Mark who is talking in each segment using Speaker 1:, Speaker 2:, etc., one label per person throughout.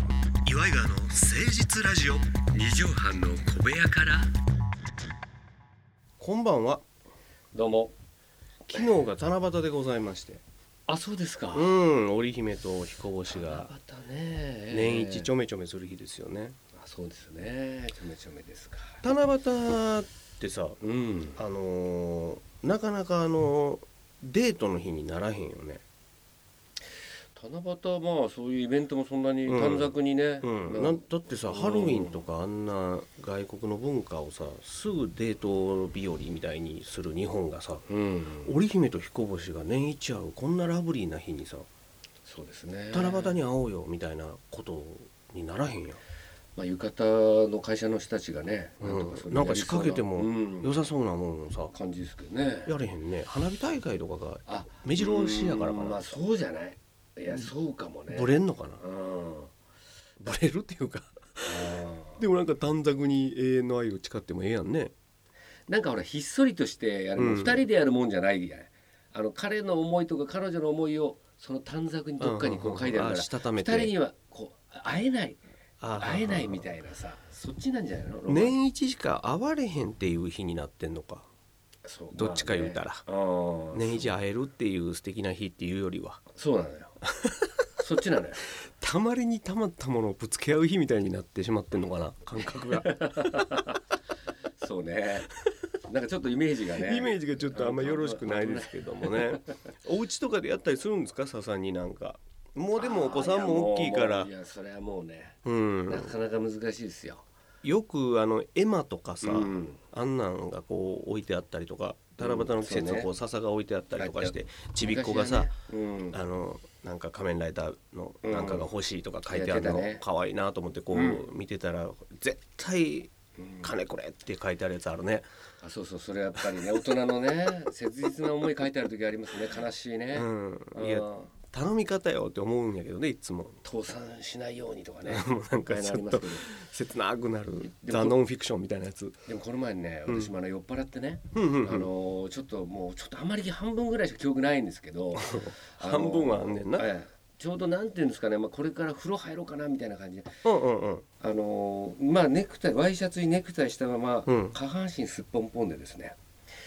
Speaker 1: イガーの誠実ラジオ
Speaker 2: 二畳半の小部屋から
Speaker 3: こんばんは
Speaker 2: どうも
Speaker 3: 昨日が七夕でございまして
Speaker 2: あそうですか、
Speaker 3: うん織姫と彦星が
Speaker 2: またね
Speaker 3: 年一ちょめちょめする日ですよね
Speaker 2: あそうですねちょめちょめですか
Speaker 3: 七夕ってさ
Speaker 2: うん
Speaker 3: あのーなかなかあのーデートの日にならへんよね
Speaker 2: 七夕まあそういうイベントもそんなに
Speaker 3: うん
Speaker 2: 短冊にね、
Speaker 3: うん、
Speaker 2: な
Speaker 3: なんだってさ
Speaker 2: うん
Speaker 3: ハロウィンとかあんな外国の文化をさすぐデート日和みたいにする日本がさ
Speaker 2: うん
Speaker 3: 織姫と彦星が年一会うこんなラブリーな日にさ
Speaker 2: そうですね
Speaker 3: 七夕に会おうよみたいなことにならへんやん
Speaker 2: まあ、浴衣の会社の人たちがね、
Speaker 3: うん
Speaker 2: とそれやり
Speaker 3: なんか仕掛けても
Speaker 2: そうなうん
Speaker 3: 良さそうなもんをさ
Speaker 2: 感じですけどね
Speaker 3: やれへんね花火大会とかが
Speaker 2: あ
Speaker 3: 目白押しやからか
Speaker 2: うんま
Speaker 3: な
Speaker 2: あそうじゃないいやそうかもね
Speaker 3: ブレんのかな
Speaker 2: うん
Speaker 3: ブレるっていうか
Speaker 2: あー
Speaker 3: でもなんか短冊に永遠の愛を誓ってもええやんね
Speaker 2: なんかほらひっそりとしてやる
Speaker 3: う
Speaker 2: の
Speaker 3: ん
Speaker 2: 二、人でやるもんじゃないじゃないあの彼の思いとか彼女の思いをその短冊にどっかにこう書いてあるから
Speaker 3: あしたため
Speaker 2: 二
Speaker 3: て
Speaker 2: 人にはこう会えない
Speaker 3: あー
Speaker 2: 会えないみたいなさそっちなんじゃないのロマン
Speaker 3: 年一しか会われへんっていう日になってんのか
Speaker 2: そう
Speaker 3: どっちか言うたら
Speaker 2: まあねうん
Speaker 3: 年一会えるっていう素敵な日っていうよりは
Speaker 2: そうなのよそっちなのよ
Speaker 3: たまりにたまったものをぶつけ合う日みたいになってしまってんのかな感覚 が
Speaker 2: そうねなんかちょっとイメージがね
Speaker 3: イメージがちょっとあんまよろしくないですけどもねお家とかでやったりするんですかささになんかもうでもお子さんも大きいか
Speaker 2: あ
Speaker 3: ら
Speaker 2: ーやもういやそれはもうね
Speaker 3: うん
Speaker 2: なかなか難しいですよ
Speaker 3: よくあの絵馬とかさ、
Speaker 2: うん
Speaker 3: あんなんがこう置いてあったりとか七夕の季節の
Speaker 2: そう
Speaker 3: こう
Speaker 2: ね
Speaker 3: 笹が置いてあったりとかして、ちびっ
Speaker 2: こ
Speaker 3: 子がさ、
Speaker 2: うん
Speaker 3: あのなんか仮面ライダーの
Speaker 2: うん
Speaker 3: なんかが欲しいとか書いてあるの
Speaker 2: やってたね
Speaker 3: 可愛いなと思ってこ
Speaker 2: う
Speaker 3: う見てたら絶対
Speaker 2: うん
Speaker 3: 金くれって書いてあるやつあるね。
Speaker 2: あそうそうそれやっぱりね大人のね 切実な思い書いてある時ありますね悲しいね、
Speaker 3: うん
Speaker 2: う、ん
Speaker 3: いや頼み方よって思うんやけどねいつも
Speaker 2: 倒産しないようにとかね
Speaker 3: もう なんか
Speaker 2: ああいうの
Speaker 3: ち
Speaker 2: あり
Speaker 3: ょっ
Speaker 2: ます
Speaker 3: と
Speaker 2: けど
Speaker 3: 切なくなる
Speaker 2: でも
Speaker 3: ザ・ノンフィクションみたいなやつ。
Speaker 2: でもこの前にね
Speaker 3: うん
Speaker 2: 私もあの酔っ払ってね、
Speaker 3: うんうんうん
Speaker 2: あのーちょっともうちょっとあまり半分ぐらいしか記憶ないんですけどあのー
Speaker 3: 半分はあんねんな
Speaker 2: ええちょうどなんていうんですかね、まあ、これから風呂入ろうかなみたいな感じで
Speaker 3: うんうんうん
Speaker 2: あのーまあネクタイワイシャツにネクタイしたまま、
Speaker 3: うん
Speaker 2: 下半身すっぽんぽんでですね、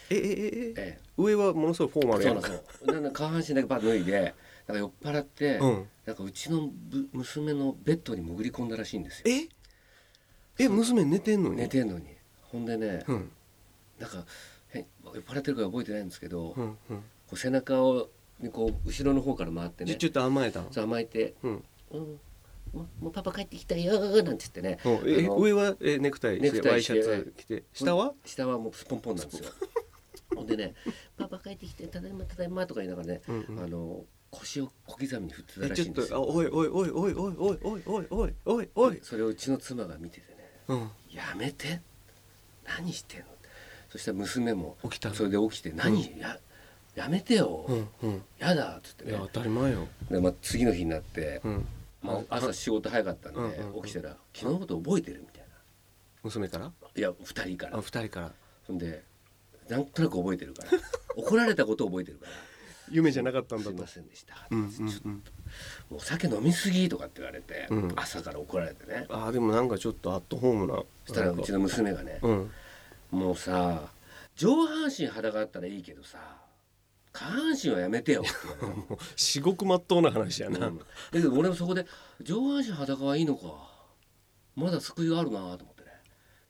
Speaker 3: えええええ
Speaker 2: ええ
Speaker 3: 上はものすごいフォーマル
Speaker 2: そ
Speaker 3: や
Speaker 2: うんなんで
Speaker 3: か
Speaker 2: す。よなんか下半身だけパッと脱いでなんか酔っ払って、
Speaker 3: うん
Speaker 2: なんかうちのぶ娘のベッドに潜り込んだらしいんですよ
Speaker 3: ええ娘寝てんのに
Speaker 2: 寝てんのにほんでね、
Speaker 3: うん
Speaker 2: なんかへん酔っ払ってるから覚えてないんですけど、
Speaker 3: う
Speaker 2: こ
Speaker 3: んうん
Speaker 2: う背中をにこう後ろの方から回ってね
Speaker 3: ちちょっと甘えたん
Speaker 2: そう甘えて
Speaker 3: うん
Speaker 2: 「うんももうパパ帰ってきたよ」なんて言ってね
Speaker 3: おえ
Speaker 2: あの
Speaker 3: 上はえネクタイ
Speaker 2: ネ
Speaker 3: して
Speaker 2: クタ
Speaker 3: ワ
Speaker 2: イ
Speaker 3: イ
Speaker 2: し
Speaker 3: シ
Speaker 2: て
Speaker 3: ャツ着て下は
Speaker 2: 下はもうすっぽんぽんなんですよほんでね「パパ帰ってきてただいまただいま」とか言いながらね、
Speaker 3: うんうん
Speaker 2: あの腰を小刻みに振ってた
Speaker 3: え
Speaker 2: ら
Speaker 3: ちょ
Speaker 2: しい
Speaker 3: っ
Speaker 2: んで
Speaker 3: と
Speaker 2: す
Speaker 3: あ
Speaker 2: よ
Speaker 3: おいおいおいおいおいおいおいおいおいおいおい
Speaker 2: それをうちの妻が見ててね
Speaker 3: うん
Speaker 2: 「やめて何してんの?」そしたら娘も
Speaker 3: 起きたの
Speaker 2: それで起きて「何、ややめてよ、
Speaker 3: うんうん
Speaker 2: やだ」っつって
Speaker 3: いや当
Speaker 2: ね
Speaker 3: たり前よ
Speaker 2: で、まあ、次の日になって、
Speaker 3: うん
Speaker 2: まあ、朝仕事早かったんで、
Speaker 3: うんうんうん
Speaker 2: 起きたら「昨日のこと覚えてる?」みたいな
Speaker 3: 娘から
Speaker 2: いや2人か
Speaker 3: あ
Speaker 2: ら
Speaker 3: 二人から
Speaker 2: ほんでなんとなく覚えてるから 怒られたこと覚えてるから
Speaker 3: 夢じゃなかったん
Speaker 2: す
Speaker 3: だ
Speaker 2: い
Speaker 3: と
Speaker 2: ませんでした、
Speaker 3: うんう
Speaker 2: ちょっと
Speaker 3: ん
Speaker 2: もうお酒飲みすぎとかって言われて、
Speaker 3: うん
Speaker 2: 朝から怒られてね
Speaker 3: うんあでもなんかちょっとアットホームな
Speaker 2: そしたら
Speaker 3: なん
Speaker 2: う
Speaker 3: か
Speaker 2: ちの娘がね、
Speaker 3: うん
Speaker 2: もうさ上半身裸だったらいいけどさ下半身はやめてよって言わ
Speaker 3: もう至極まっとうな話や
Speaker 2: れた、
Speaker 3: な
Speaker 2: うんだ けど俺もそこで上半身裸はいいのかまだ救いがあるなと思ってね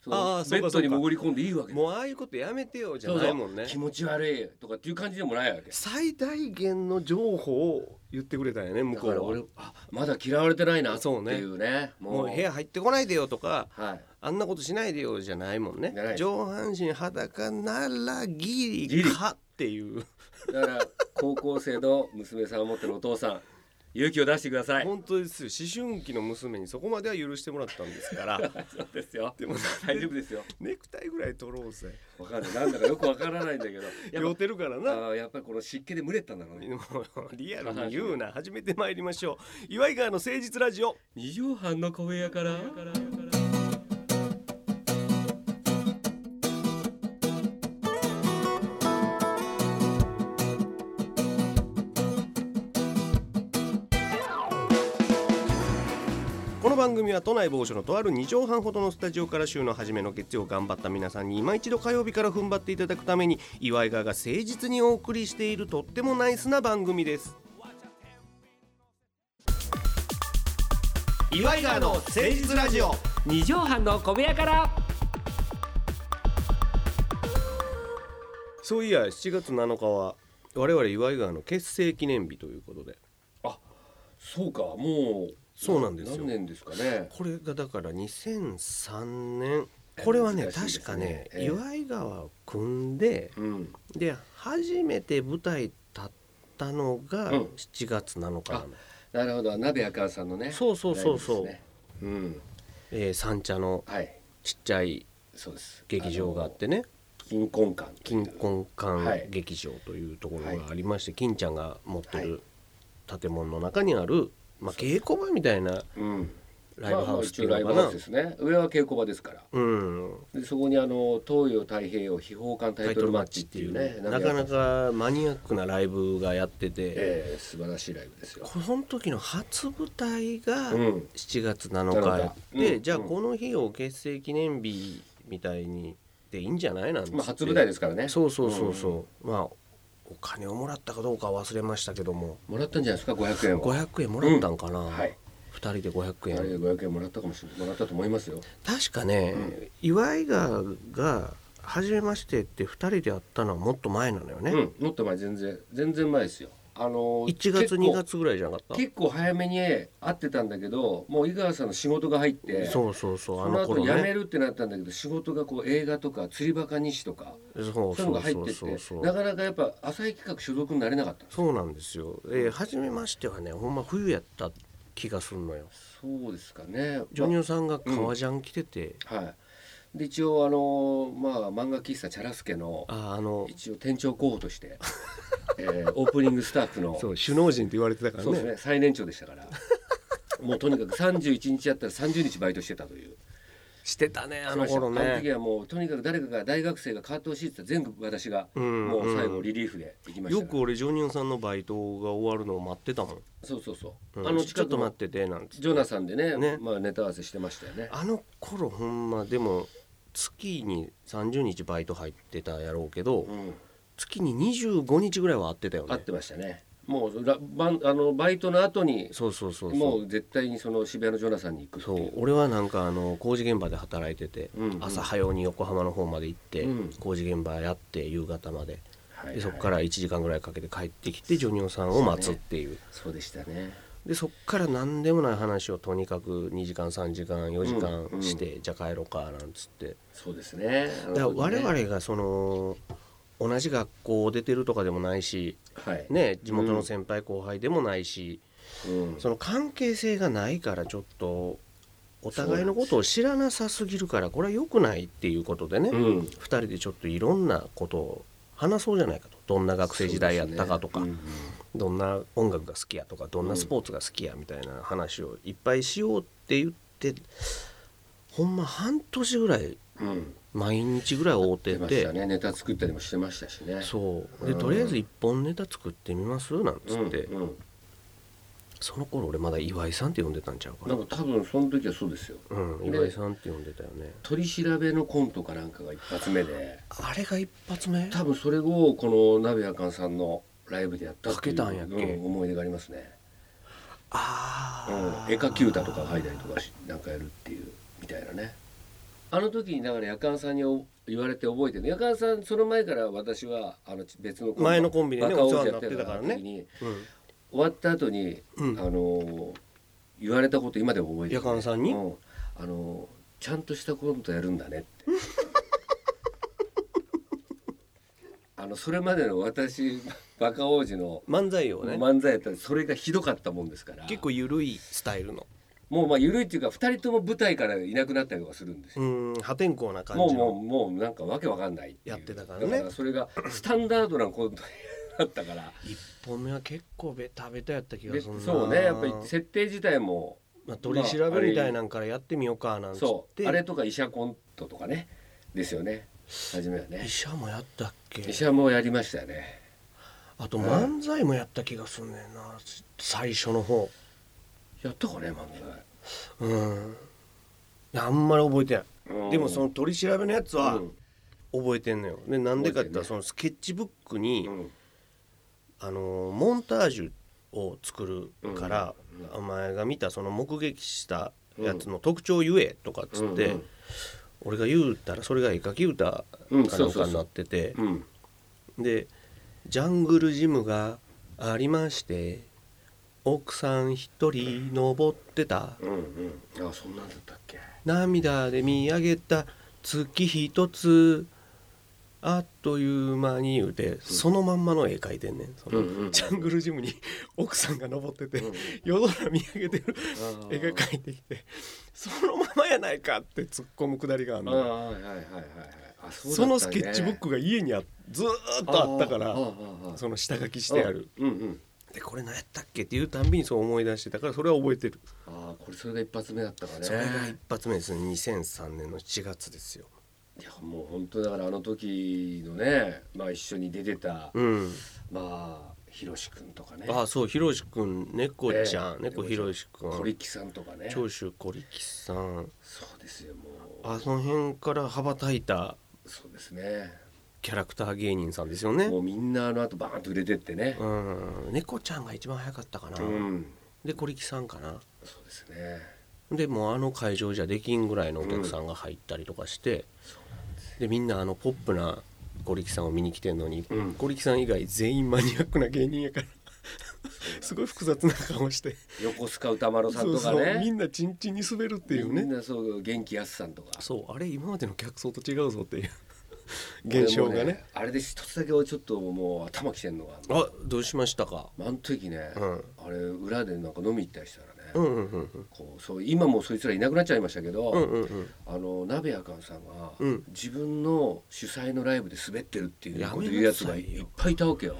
Speaker 2: その
Speaker 3: あーそ
Speaker 2: ベ
Speaker 3: うか
Speaker 2: ッ
Speaker 3: そ
Speaker 2: ド
Speaker 3: うか
Speaker 2: に潜り込んでいいわけ
Speaker 3: もうああいうことやめてよじゃ
Speaker 2: そう
Speaker 3: な
Speaker 2: そ
Speaker 3: いうもんね
Speaker 2: 気持ち悪いとかっていう感じでもないわけ
Speaker 3: 最大限の情報を言ってくれたんやね向
Speaker 2: だ
Speaker 3: こ
Speaker 2: から
Speaker 3: う
Speaker 2: 俺
Speaker 3: は
Speaker 2: あまだ嫌われてないなってい
Speaker 3: そう
Speaker 2: う
Speaker 3: ね
Speaker 2: ね
Speaker 3: もう部屋入ってこないでよとか
Speaker 2: はい
Speaker 3: あんなことしないでよじゃないもんね
Speaker 2: じゃない
Speaker 3: 上半身裸ならギリ
Speaker 2: ギリ
Speaker 3: かっていう
Speaker 2: だから高校生の娘さんを持ってるお父さん勇気を出してください。
Speaker 3: 本当ですよ思春期の娘にそこまでは許してもらったんですから
Speaker 2: そうですよ。
Speaker 3: でも
Speaker 2: 大丈夫ですよ。
Speaker 3: ネクタイぐらい取ろうぜ
Speaker 2: わかんない。なんだかよくわからないんだけど。や
Speaker 3: 酔
Speaker 2: っ
Speaker 3: ってるから
Speaker 2: ぱ
Speaker 3: な
Speaker 2: あーやっぱりこの湿気で蒸れてたんだろうね。
Speaker 3: もうリアルに言うな始めてまいりましょう岩井川の誠実ラジオ
Speaker 2: 二畳半の小部屋から。
Speaker 3: この番組は都内某所のとある2畳半ほどのスタジオから週の初めの月曜頑張った皆さんに今一度火曜日から踏ん張っていただくために岩井川が誠実にお送りしているとってもナイスな番組です岩井川の誠実ラジオ
Speaker 2: 二畳半の小部屋から
Speaker 3: そういや7月7日は我々岩井川の結成記念日ということで
Speaker 2: そうかもう
Speaker 3: そうなんですよ
Speaker 2: 何年ですかね
Speaker 3: これがだから2003年これはね
Speaker 2: 難しいですね
Speaker 3: 確かね、
Speaker 2: ええ
Speaker 3: 岩井川を組んで
Speaker 2: うん
Speaker 3: で初めて舞台立ったのが
Speaker 2: うん
Speaker 3: 7月7日なの、
Speaker 2: なるほど鍋やかんさんのね
Speaker 3: そうそうそうそう
Speaker 2: ライブですねうん
Speaker 3: えー三茶の
Speaker 2: はい
Speaker 3: ちっちゃい
Speaker 2: そうです
Speaker 3: 劇場があっ
Speaker 2: あ
Speaker 3: てね
Speaker 2: の金婚館とい
Speaker 3: 金
Speaker 2: う
Speaker 3: 婚
Speaker 2: は
Speaker 3: 館
Speaker 2: い
Speaker 3: 劇場というところがありまして、金ちゃんが持ってる建物の中にある、まあ、稽古場みたいな
Speaker 2: うん
Speaker 3: ライブハウスっていう
Speaker 2: まあまあ
Speaker 3: の
Speaker 2: 一応ライブ
Speaker 3: か
Speaker 2: ハ
Speaker 3: な、
Speaker 2: ウスですね上は稽古場ですから
Speaker 3: うん
Speaker 2: でそこにあの東洋太平洋秘宝館タ
Speaker 3: タ
Speaker 2: イ
Speaker 3: イト
Speaker 2: トル
Speaker 3: ル
Speaker 2: マ
Speaker 3: マ
Speaker 2: ッ
Speaker 3: ッチ
Speaker 2: チっ
Speaker 3: ってて
Speaker 2: い
Speaker 3: いうう
Speaker 2: ね
Speaker 3: ねなかな
Speaker 2: か、
Speaker 3: かマニアックなライブがやってて、
Speaker 2: ええ素晴らしいライブですよ
Speaker 3: この時の初舞台が
Speaker 2: うん
Speaker 3: 7月7日やって、
Speaker 2: 7日うん
Speaker 3: じゃあ
Speaker 2: うん
Speaker 3: この日を結成記念日みたいにでいいんじゃないなんて、
Speaker 2: まあ初舞台ですからね
Speaker 3: そうそうそうそう、まあお金をもらったかどうかは忘れましたけども
Speaker 2: もらったんじゃないですか500円は
Speaker 3: 500円もらったんかな、
Speaker 2: んはい
Speaker 3: 2人で500
Speaker 2: あれ
Speaker 3: 円
Speaker 2: で500円もらったかもしれないもらったと思いますよ
Speaker 3: 確かね、岩井川が「初めまして」って2人でやったのはもっと前なのよね、
Speaker 2: うんもっと前全然全然前ですよあの
Speaker 3: 1月
Speaker 2: 結構
Speaker 3: 2月ぐらいじゃなかった
Speaker 2: 結構早めに会ってたんだけどもう井川さんの仕事が入って
Speaker 3: そうそうそうあ
Speaker 2: その
Speaker 3: の
Speaker 2: 後
Speaker 3: 頃
Speaker 2: 辞め
Speaker 3: ね
Speaker 2: るってなったんだけど仕事がこう映画とか釣りバカ西とか
Speaker 3: そう
Speaker 2: そういうの
Speaker 3: そ
Speaker 2: が
Speaker 3: う
Speaker 2: 入
Speaker 3: そ
Speaker 2: っ
Speaker 3: う
Speaker 2: てって
Speaker 3: そうそう
Speaker 2: なかなかやっぱ浅い企画所属になれなかった
Speaker 3: そうなんですよ。えー、初めましてはね、ほんま冬やった気がするのよ。
Speaker 2: そうですかね
Speaker 3: ジョニオさんが革ジャン着てて、
Speaker 2: まあはいで一応あのまあ漫画喫茶チャラスケの
Speaker 3: あーあの、
Speaker 2: 一応店長候補として、 えーオープニングスタッフの
Speaker 3: そう首脳陣って言われてたから
Speaker 2: そうです
Speaker 3: ね。
Speaker 2: ね最年長でしたからもうとにかく31日やったら30日バイトしてたという
Speaker 3: してたねあの頃
Speaker 2: あの時
Speaker 3: ね。
Speaker 2: はもうとにかく誰かが大学生が変わってほしいって言ったら全部私が
Speaker 3: うん
Speaker 2: もう最後リリーフで行きました
Speaker 3: よ
Speaker 2: から
Speaker 3: く俺ジョニオさんのバイトが終わるのを待ってたもん。
Speaker 2: そうそうそう、
Speaker 3: うん
Speaker 2: あの
Speaker 3: ちょ
Speaker 2: 近
Speaker 3: っと
Speaker 2: く
Speaker 3: 待っ
Speaker 2: の
Speaker 3: ててなんつって。
Speaker 2: ジョナサンでね
Speaker 3: ね
Speaker 2: まあ、ネタ合わせしてましたよね
Speaker 3: あの頃ほんまでも月に30日バイト入ってたやろうけど、
Speaker 2: うん
Speaker 3: 月に25日ぐらいは会ってたよ
Speaker 2: 合っ
Speaker 3: ね。
Speaker 2: てましたねもうらバンあのバイトの後に
Speaker 3: そうそうそうそう。
Speaker 2: もう絶対にその渋谷のジョナサンに行くって
Speaker 3: そ
Speaker 2: いう
Speaker 3: う俺はなんかあの工事現場で働いてて、
Speaker 2: うんうん
Speaker 3: 朝早うに横浜の方まで行って、
Speaker 2: うん
Speaker 3: 工事現場やって夕方まで
Speaker 2: はい
Speaker 3: でそこ
Speaker 2: ら
Speaker 3: から1時間ぐらいかけて帰ってきてジョニオさんを待つっていう
Speaker 2: そうでしたね
Speaker 3: でそこから何でもない話をとにかく2時間3時間4時
Speaker 2: うんうん
Speaker 3: 間して、じゃあ帰ろうかなんつって
Speaker 2: そうですね
Speaker 3: だから我
Speaker 2: は
Speaker 3: 々がその同じ学校を出てるとかでもないし、
Speaker 2: い、
Speaker 3: ね、地元の先輩後輩でもないし、
Speaker 2: うん、
Speaker 3: その関係性がないからちょっとお互いのことを知らなさすぎるからこれは良くないっていうことでね、二
Speaker 2: うん
Speaker 3: 2人でちょっといろんなことを話そうじゃないかとどんな学生時代やったかとか、
Speaker 2: そうですね
Speaker 3: どんな音楽が好きやとかどんなスポーツが好きやみたいな話をいっぱいしようって言ってほんま半年ぐらい
Speaker 2: うんうん
Speaker 3: 毎日ぐらい会うて
Speaker 2: 出ましてた。ねネタ作ったりもしてましたしね
Speaker 3: そうで
Speaker 2: うん
Speaker 3: とりあえず一本ネタ作ってみますなんつって、
Speaker 2: うんうん
Speaker 3: その頃俺まだ岩井さんって呼んでたんちゃうか
Speaker 2: な
Speaker 3: なん
Speaker 2: か多分その時はそうですよ
Speaker 3: うん、
Speaker 2: で
Speaker 3: 岩井さんって呼んでたよね
Speaker 2: 取り調べのコントかなんかが一発目で
Speaker 3: あれが一発目
Speaker 2: 多分それをこの鍋やかんさんのライブでやったっていう
Speaker 3: かけたんやっけ
Speaker 2: うん思い出がありますね、うん
Speaker 3: あ、あ
Speaker 2: 絵描き歌とか書いたりとかしなんかやるっていうみたいなねあの時にだからやかんさんにお言われて覚えてるやかんさんその前から私はあの別の
Speaker 3: 前のコンビでね
Speaker 2: バカ王
Speaker 3: お世
Speaker 2: 子
Speaker 3: 話に
Speaker 2: や
Speaker 3: な
Speaker 2: っ
Speaker 3: ってて
Speaker 2: た
Speaker 3: た
Speaker 2: か
Speaker 3: かららね
Speaker 2: ねに
Speaker 3: うん
Speaker 2: 終わった後に、
Speaker 3: うん
Speaker 2: あのー言われたこと今でも覚えて
Speaker 3: やかんさんに
Speaker 2: うあのーちゃんとしたコントやるんだねって あのそれまでの私バカ王子の
Speaker 3: 漫才をね、
Speaker 2: 漫才やったらそれがひどかったもんですから
Speaker 3: 結構ゆるいスタイルの
Speaker 2: もうまあ緩いっていうか二人とも舞台からいなくなったりとかするんですよ、
Speaker 3: うん破天荒な感
Speaker 2: もう
Speaker 3: じ
Speaker 2: もう
Speaker 3: の
Speaker 2: もうなんかわけわかんないいう
Speaker 3: やってたからね
Speaker 2: だからそれがスタンダードなコントになったから
Speaker 3: 一本目は結構ベタベタやった気が
Speaker 2: です
Speaker 3: るな
Speaker 2: そうねやっぱり設定自体も
Speaker 3: まあ、取り調べみたいなんからやってみようかなんつっ
Speaker 2: そう
Speaker 3: て
Speaker 2: あれとか医者コントとかねですよね初めはね
Speaker 3: 医者もやったっけ
Speaker 2: 医者もやりましたよね
Speaker 3: あと漫才もやった気がすんねんな最初の方
Speaker 2: やったかね漫
Speaker 3: う
Speaker 2: 才
Speaker 3: んいやあんまり覚えてない、
Speaker 2: うん
Speaker 3: でもその取り調べのやつは
Speaker 2: うん
Speaker 3: 覚えてんのよでなんでかって言った
Speaker 2: 覚えてん
Speaker 3: ら
Speaker 2: ね
Speaker 3: そのスケッチブックに、
Speaker 2: うん
Speaker 3: あのモンタージュを作るから、お前が見たその目撃したやつの特徴を言えとかっつって、
Speaker 2: うんうん
Speaker 3: 俺が言うたらそれが絵描き歌か
Speaker 2: うん
Speaker 3: な
Speaker 2: そ
Speaker 3: ん
Speaker 2: うそ
Speaker 3: か
Speaker 2: うそう
Speaker 3: になってて、
Speaker 2: うん
Speaker 3: で「ジャングルジムがありまして奥さん一人登ってた
Speaker 2: うんうんあそんなんだったっけ
Speaker 3: 涙で見上げた月一つ」あっという間に言うてそのまんまの絵描いてんねんその
Speaker 2: うんうん
Speaker 3: ジャングルジムに奥さんが登ってて
Speaker 2: うん
Speaker 3: 夜空見上げてる
Speaker 2: あー
Speaker 3: 絵が描いてきてそのままやないかって突っ込むくだりがある
Speaker 2: あ
Speaker 3: の
Speaker 2: ー
Speaker 3: よ
Speaker 2: はいはいはいはいあうだったね
Speaker 3: そのスケッチブックが家にあずーっとあったか
Speaker 2: あ
Speaker 3: ら
Speaker 2: ーあーあー
Speaker 3: その下書きしてある
Speaker 2: うんうん
Speaker 3: でこれ何やったっけっていうたんびにそう思い出してたからそれは覚えてる、
Speaker 2: ああこれそれが一発目だったからね
Speaker 3: それが一発目ですね2003年の4月ですよ
Speaker 2: いやもう本当だからあの時のねまあ一緒に出てた、
Speaker 3: うん
Speaker 2: まあひろしくんとかね
Speaker 3: あそうひろしくん猫ちゃん、
Speaker 2: ね
Speaker 3: 猫ひろしく
Speaker 2: 小
Speaker 3: ん
Speaker 2: 力さんとかね
Speaker 3: 長州小力さん
Speaker 2: そうですよもう
Speaker 3: あその辺から羽ばたいた
Speaker 2: そうですね
Speaker 3: キャラクター芸人さんですよね
Speaker 2: もうみんなあの後バーンと売れてってね
Speaker 3: うん猫ちゃんが一番早かったかな、
Speaker 2: うん
Speaker 3: で小力さんかな
Speaker 2: そうですね
Speaker 3: でもうあの会場じゃできんぐらいのお客さんが入ったりとかして、でみんなあのポップな小力さんを見に来てんのに、
Speaker 2: うん
Speaker 3: 小力さん以外全員マニアックな芸人やから すごい複雑な顔して
Speaker 2: 横須賀歌丸さん
Speaker 3: そ
Speaker 2: と
Speaker 3: う
Speaker 2: か
Speaker 3: そ
Speaker 2: ね
Speaker 3: うみんなチンチンに滑るっていう
Speaker 2: みん
Speaker 3: ね
Speaker 2: なそう元気やすさんとか
Speaker 3: そうあれ今までの客層と違うぞっていう 現象がね
Speaker 2: 俺もあれで一つだけ俺ちょっともう頭きてんのがあんの
Speaker 3: あどうしましたか
Speaker 2: まああの時ね、
Speaker 3: うん
Speaker 2: あれ裏でなんか飲み行ったりしたらね、
Speaker 3: うんうんうん
Speaker 2: こうそう今もうそいつらいなくなっちゃいましたけど、
Speaker 3: うんうんうん
Speaker 2: あの鍋やかんさんが、
Speaker 3: うん
Speaker 2: 自分の主催のライブで滑ってるっていう
Speaker 3: や
Speaker 2: こと
Speaker 3: めなさいよ
Speaker 2: 言うやつがいっぱいいたわけよ。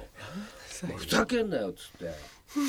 Speaker 2: ふざけんなよっつって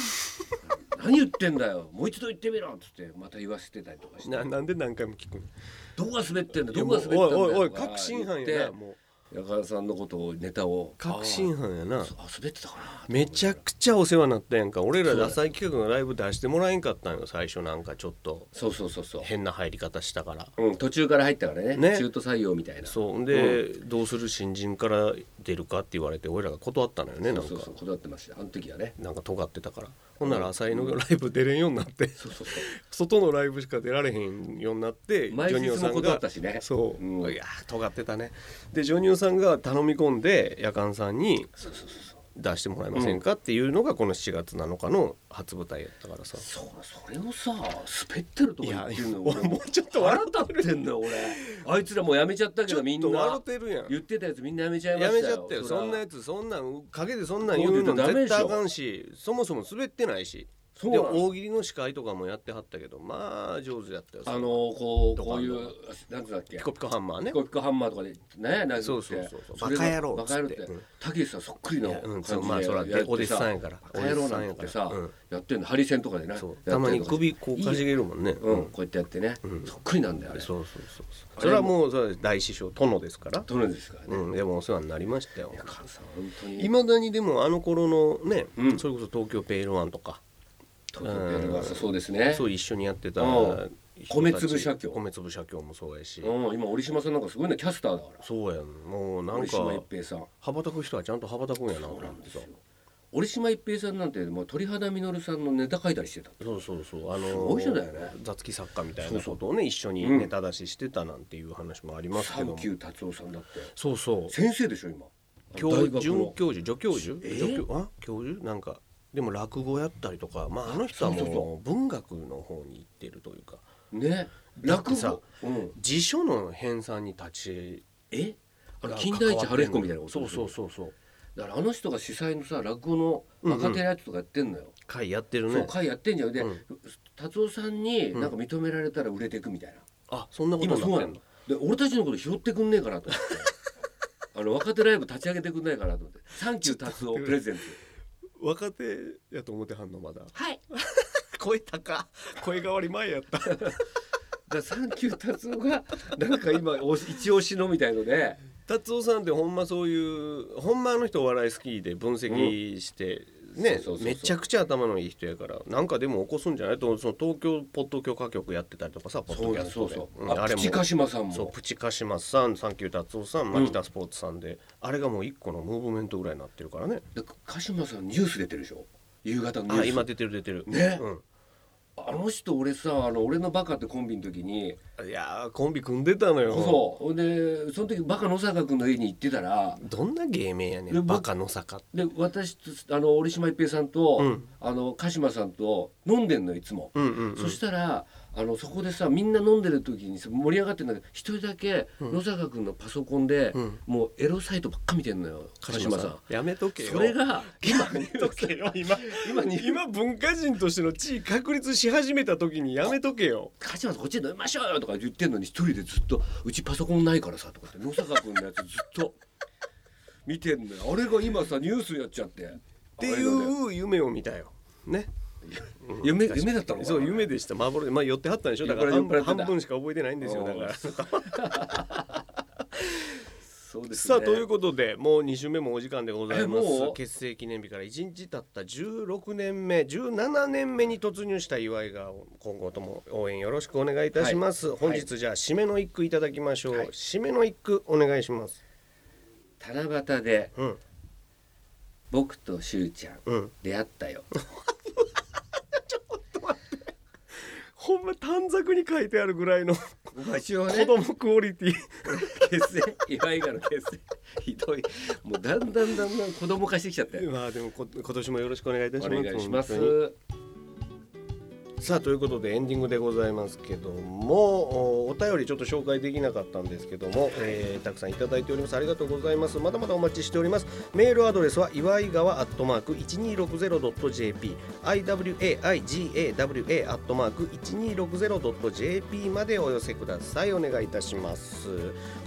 Speaker 2: 「何言ってんだよもう一度言ってみろ」っつってまた言わせてたりとかして
Speaker 3: ななんで何回も聞くの
Speaker 2: 「どこが滑ってんだ
Speaker 3: いや
Speaker 2: ど
Speaker 3: も
Speaker 2: こ
Speaker 3: う
Speaker 2: が滑ってんだよ
Speaker 3: おい」おいおい
Speaker 2: とか
Speaker 3: 確信犯やな
Speaker 2: 言って
Speaker 3: もう
Speaker 2: やかんさんのことをネタを
Speaker 3: 確信犯やな
Speaker 2: ああ滑ってたかな
Speaker 3: めちゃくちゃお世話になったやんか俺らダサい企画のライブ出してもらえんかったんよ最初なんかちょっと
Speaker 2: そうそうそうそう、
Speaker 3: 変な入り方したから
Speaker 2: うん、途中から入ったからね
Speaker 3: ね
Speaker 2: 中途採用みたいな
Speaker 3: そうんで、どうする新人から出るかって言われて俺らが断ったのよねなんか
Speaker 2: そうそうそう断ってましたあの時はね
Speaker 3: なんか尖ってたからほんなら浅井のライブ出れんようになって、
Speaker 2: そうそうそう
Speaker 3: 外のライブしか出られへんようになって
Speaker 2: 前日も
Speaker 3: ジョニオさんが
Speaker 2: 断ったしね
Speaker 3: そう、
Speaker 2: うん
Speaker 3: いやー尖ってたねでジョニオさんが頼み込んで夜間さんに
Speaker 2: そうそうそうそう
Speaker 3: 出してもらえませんかっていうのがこの7月7日の初舞台やったからさ、
Speaker 2: そうそれをさ滑ってるとか言ってんの
Speaker 3: いや
Speaker 2: 俺
Speaker 3: もうちょっと笑
Speaker 2: 腹立ってんのよ俺あいつらもうやめちゃったけ
Speaker 3: ちょ
Speaker 2: ど
Speaker 3: っ
Speaker 2: みん
Speaker 3: と笑
Speaker 2: な
Speaker 3: ってるやん
Speaker 2: 言ってたやつみんなやめちゃいま
Speaker 3: や
Speaker 2: した
Speaker 3: め
Speaker 2: よ
Speaker 3: ちゃったよ
Speaker 2: ら
Speaker 3: そんなやつそんなん陰でそんなん言うの絶対あかんしそもそも滑ってないし
Speaker 2: そう
Speaker 3: で
Speaker 2: なの
Speaker 3: 大喜利の司会とかもやってはったけどまあ上手やったよ
Speaker 2: あのこう
Speaker 3: ド
Speaker 2: こ
Speaker 3: カ
Speaker 2: う
Speaker 3: ン
Speaker 2: い
Speaker 3: ド
Speaker 2: う
Speaker 3: カン
Speaker 2: なんつうんだっけ
Speaker 3: ピコピコハンマーね
Speaker 2: ピコピコハンマーとかで何やなん
Speaker 3: そうそうそうそう
Speaker 2: れが
Speaker 3: バカ野郎っつって
Speaker 2: バカ野郎って
Speaker 3: うん
Speaker 2: たけしさんそっくりの
Speaker 3: いやうん
Speaker 2: 感じ
Speaker 3: そ
Speaker 2: で
Speaker 3: うまあそら
Speaker 2: やって
Speaker 3: お弟子さんやから
Speaker 2: バカ野郎なんてさ
Speaker 3: お弟子さんやからうん
Speaker 2: やってんのハリセンとかでな
Speaker 3: そう
Speaker 2: や
Speaker 3: た
Speaker 2: っ
Speaker 3: ま
Speaker 2: てん
Speaker 3: に
Speaker 2: の
Speaker 3: 首こうかじげるもんね
Speaker 2: う
Speaker 3: うんん
Speaker 2: こうやってやってね
Speaker 3: ん
Speaker 2: そっくりなんだよあれ
Speaker 3: そうそうそうそう
Speaker 2: あれも
Speaker 3: それはもうそれは大師匠殿ですから
Speaker 2: 取るんですからね
Speaker 3: うんでもお世話になりましたよ
Speaker 2: いや菅さん本当に
Speaker 3: いまだにでもあの頃のね
Speaker 2: うん
Speaker 3: それこそ東京ペイルワンとか
Speaker 2: 東京ペルガスそうですね
Speaker 3: そう一緒にやってた
Speaker 2: うん
Speaker 3: 人たち
Speaker 2: 米粒社協
Speaker 3: 米粒社協もそうやし
Speaker 2: うん、今折島さんなんかすごいねキャスターだから
Speaker 3: そうやんもうなん
Speaker 2: 折
Speaker 3: か
Speaker 2: 島一平さん
Speaker 3: 羽ばたく人はちゃんと羽ばたくんやなと
Speaker 2: そ
Speaker 3: 思
Speaker 2: うなん
Speaker 3: っ
Speaker 2: で
Speaker 3: て
Speaker 2: す
Speaker 3: さ
Speaker 2: よ折島一平さんなんてもう鳥肌みのるさんのネタ書いたりしてた
Speaker 3: そうそうそうあのー
Speaker 2: すごい人だよね
Speaker 3: 雑記作家みたい
Speaker 2: そ
Speaker 3: な
Speaker 2: うそう
Speaker 3: ことをね一緒にネタ出ししてたなんていう話もあります
Speaker 2: サ
Speaker 3: けど
Speaker 2: ン
Speaker 3: も
Speaker 2: キュー達夫さんだって
Speaker 3: そうそう
Speaker 2: 先生でしょ今
Speaker 3: 教
Speaker 2: 大学の
Speaker 3: 准教授助教授
Speaker 2: え
Speaker 3: 助教あ教授なんかでも落語やったりとかまああの人は
Speaker 2: そうそう
Speaker 3: も
Speaker 2: そう
Speaker 3: 文学の方に行ってるというか
Speaker 2: ね
Speaker 3: だって
Speaker 2: 落
Speaker 3: さ
Speaker 2: 語、うん、
Speaker 3: 辞書の編纂に立ち
Speaker 2: えあの
Speaker 3: が
Speaker 2: 金田
Speaker 3: 関わ
Speaker 2: 一
Speaker 3: って
Speaker 2: 春
Speaker 3: んの
Speaker 2: 彦みたいなこと
Speaker 3: そうそうそうそう
Speaker 2: だからあの人が主催のさ落語の若手のやつとかやってんのよ、
Speaker 3: 会やってる
Speaker 2: そう
Speaker 3: ね
Speaker 2: 会やってんじゃんで、
Speaker 3: うん
Speaker 2: 達夫さんになんか認められたら売れてくみたいな、
Speaker 3: あそんなこと
Speaker 2: 今
Speaker 3: に
Speaker 2: そ
Speaker 3: なっ
Speaker 2: う
Speaker 3: て
Speaker 2: なんの
Speaker 3: の
Speaker 2: で俺たちのこと拾ってくんねえかなと 思ってあの若手ライブ立ち上げてくんないかなと思って「サンキュー達夫プレゼンツ
Speaker 3: 若手やと思ってはんのまだ」
Speaker 2: はいだか
Speaker 3: 声高声変わり前やった
Speaker 2: らサンキュー達夫がなんか今おし一押しのみたいので
Speaker 3: 達夫さんってほんまそういうほんまあの人お笑い好きで分析して、ね
Speaker 2: そうそうそうそう
Speaker 3: めちゃくちゃ頭のいい人やからなんかでも起こすんじゃないとその東京ポッド許可局やってたりとかさポッ
Speaker 2: そ
Speaker 3: ド
Speaker 2: う
Speaker 3: キャ
Speaker 2: だ
Speaker 3: ス
Speaker 2: そ
Speaker 3: ト
Speaker 2: う
Speaker 3: で
Speaker 2: そう、
Speaker 3: うん
Speaker 2: あ
Speaker 3: あれも
Speaker 2: プチカシマさんも
Speaker 3: そうプチカシマさんサンキュー達夫さん牧田スポーツさんで、あれがもう一個のムーブメントぐらいになってるからね
Speaker 2: で鹿島さんニュース出てるでしょ夕方のニュー
Speaker 3: あ
Speaker 2: ス
Speaker 3: 今出てる出てる
Speaker 2: ね
Speaker 3: う
Speaker 2: あの人俺さあの俺のバカってコンビの時に
Speaker 3: ん、いやーコンビ組んでたのよ
Speaker 2: そうほんでその時バカ野坂君の家に行ってたら
Speaker 3: どんな芸名やね
Speaker 2: で
Speaker 3: ん
Speaker 2: 僕
Speaker 3: バカの坂
Speaker 2: で私とあの折島一平さんと、
Speaker 3: うん
Speaker 2: あの鹿島さんと飲んでんのいつも、
Speaker 3: うんうん、うん、
Speaker 2: そしたらあのそこでさみんな飲んでる時にさ盛り上がってんだけど一人だけ野坂君のパソコンで、
Speaker 3: うん
Speaker 2: もうエロサイトばっか見てんのよ鹿島さん。
Speaker 3: やめとけよ
Speaker 2: それが今
Speaker 3: やめとけよ今
Speaker 2: 今に
Speaker 3: 今文化人としての地位確立し始めた時にやめとけよ
Speaker 2: 鹿島さんこっちで飲みましょうよとか言ってんのに一人でずっと「うちパソコンないからさ」とかって野坂君のやつずっと見てんのよあれが今さニュースやっちゃって
Speaker 3: っ
Speaker 2: っ
Speaker 3: ていう夢を見たよね
Speaker 2: 夢夢だったのかな
Speaker 3: そう夢でした幻まあ寄ってはったんでしょだから
Speaker 2: 酔っ
Speaker 3: 半分
Speaker 2: 払ってた
Speaker 3: 半分しか覚えてないんですよだから
Speaker 2: そうですね
Speaker 3: さあということでもう2週目もお時間でございます
Speaker 2: えもう
Speaker 3: 結成記念日から1日経った16年目17年目に突入した祝いが今後とも応援よろしくお願いいたします、
Speaker 2: はい
Speaker 3: 本日じゃあ締めの一句いただきましょう、
Speaker 2: はい
Speaker 3: 締めの一句お願いします
Speaker 2: 七夕で
Speaker 3: うん
Speaker 2: 僕としゅうちゃん
Speaker 3: うん
Speaker 2: 出会ったよ
Speaker 3: ほんま短冊に書いてあるぐらいの
Speaker 2: 一応
Speaker 3: 子
Speaker 2: ね
Speaker 3: 供クオリティ
Speaker 2: 結成岩井がの結成ひどいもうだんだんだんだん子供化してきちゃった よ
Speaker 3: まあでもこ今年もよろしくお願いいた
Speaker 2: お
Speaker 3: します
Speaker 2: 願いしま
Speaker 3: 本当に
Speaker 2: す
Speaker 3: さあということでエンディングでございますけどもおお便りちょっと紹介できなかったんですけども、えーたくさんいただいておりますありがとうございますまだまだお待ちしておりますメールアドレスは岩井川アットマーク 1260.jp iwaigawa アットマーク 1260.jp までお寄せくださいお願いいたします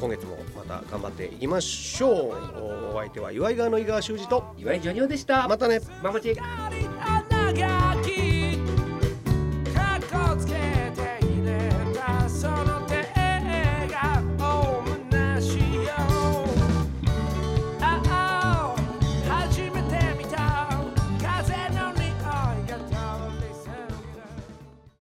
Speaker 3: 今月もまた頑張っていきましょうおお相手は岩井川の井川修司と
Speaker 2: 岩井ジョニオでした
Speaker 3: またね
Speaker 2: ママチェック
Speaker 4: 「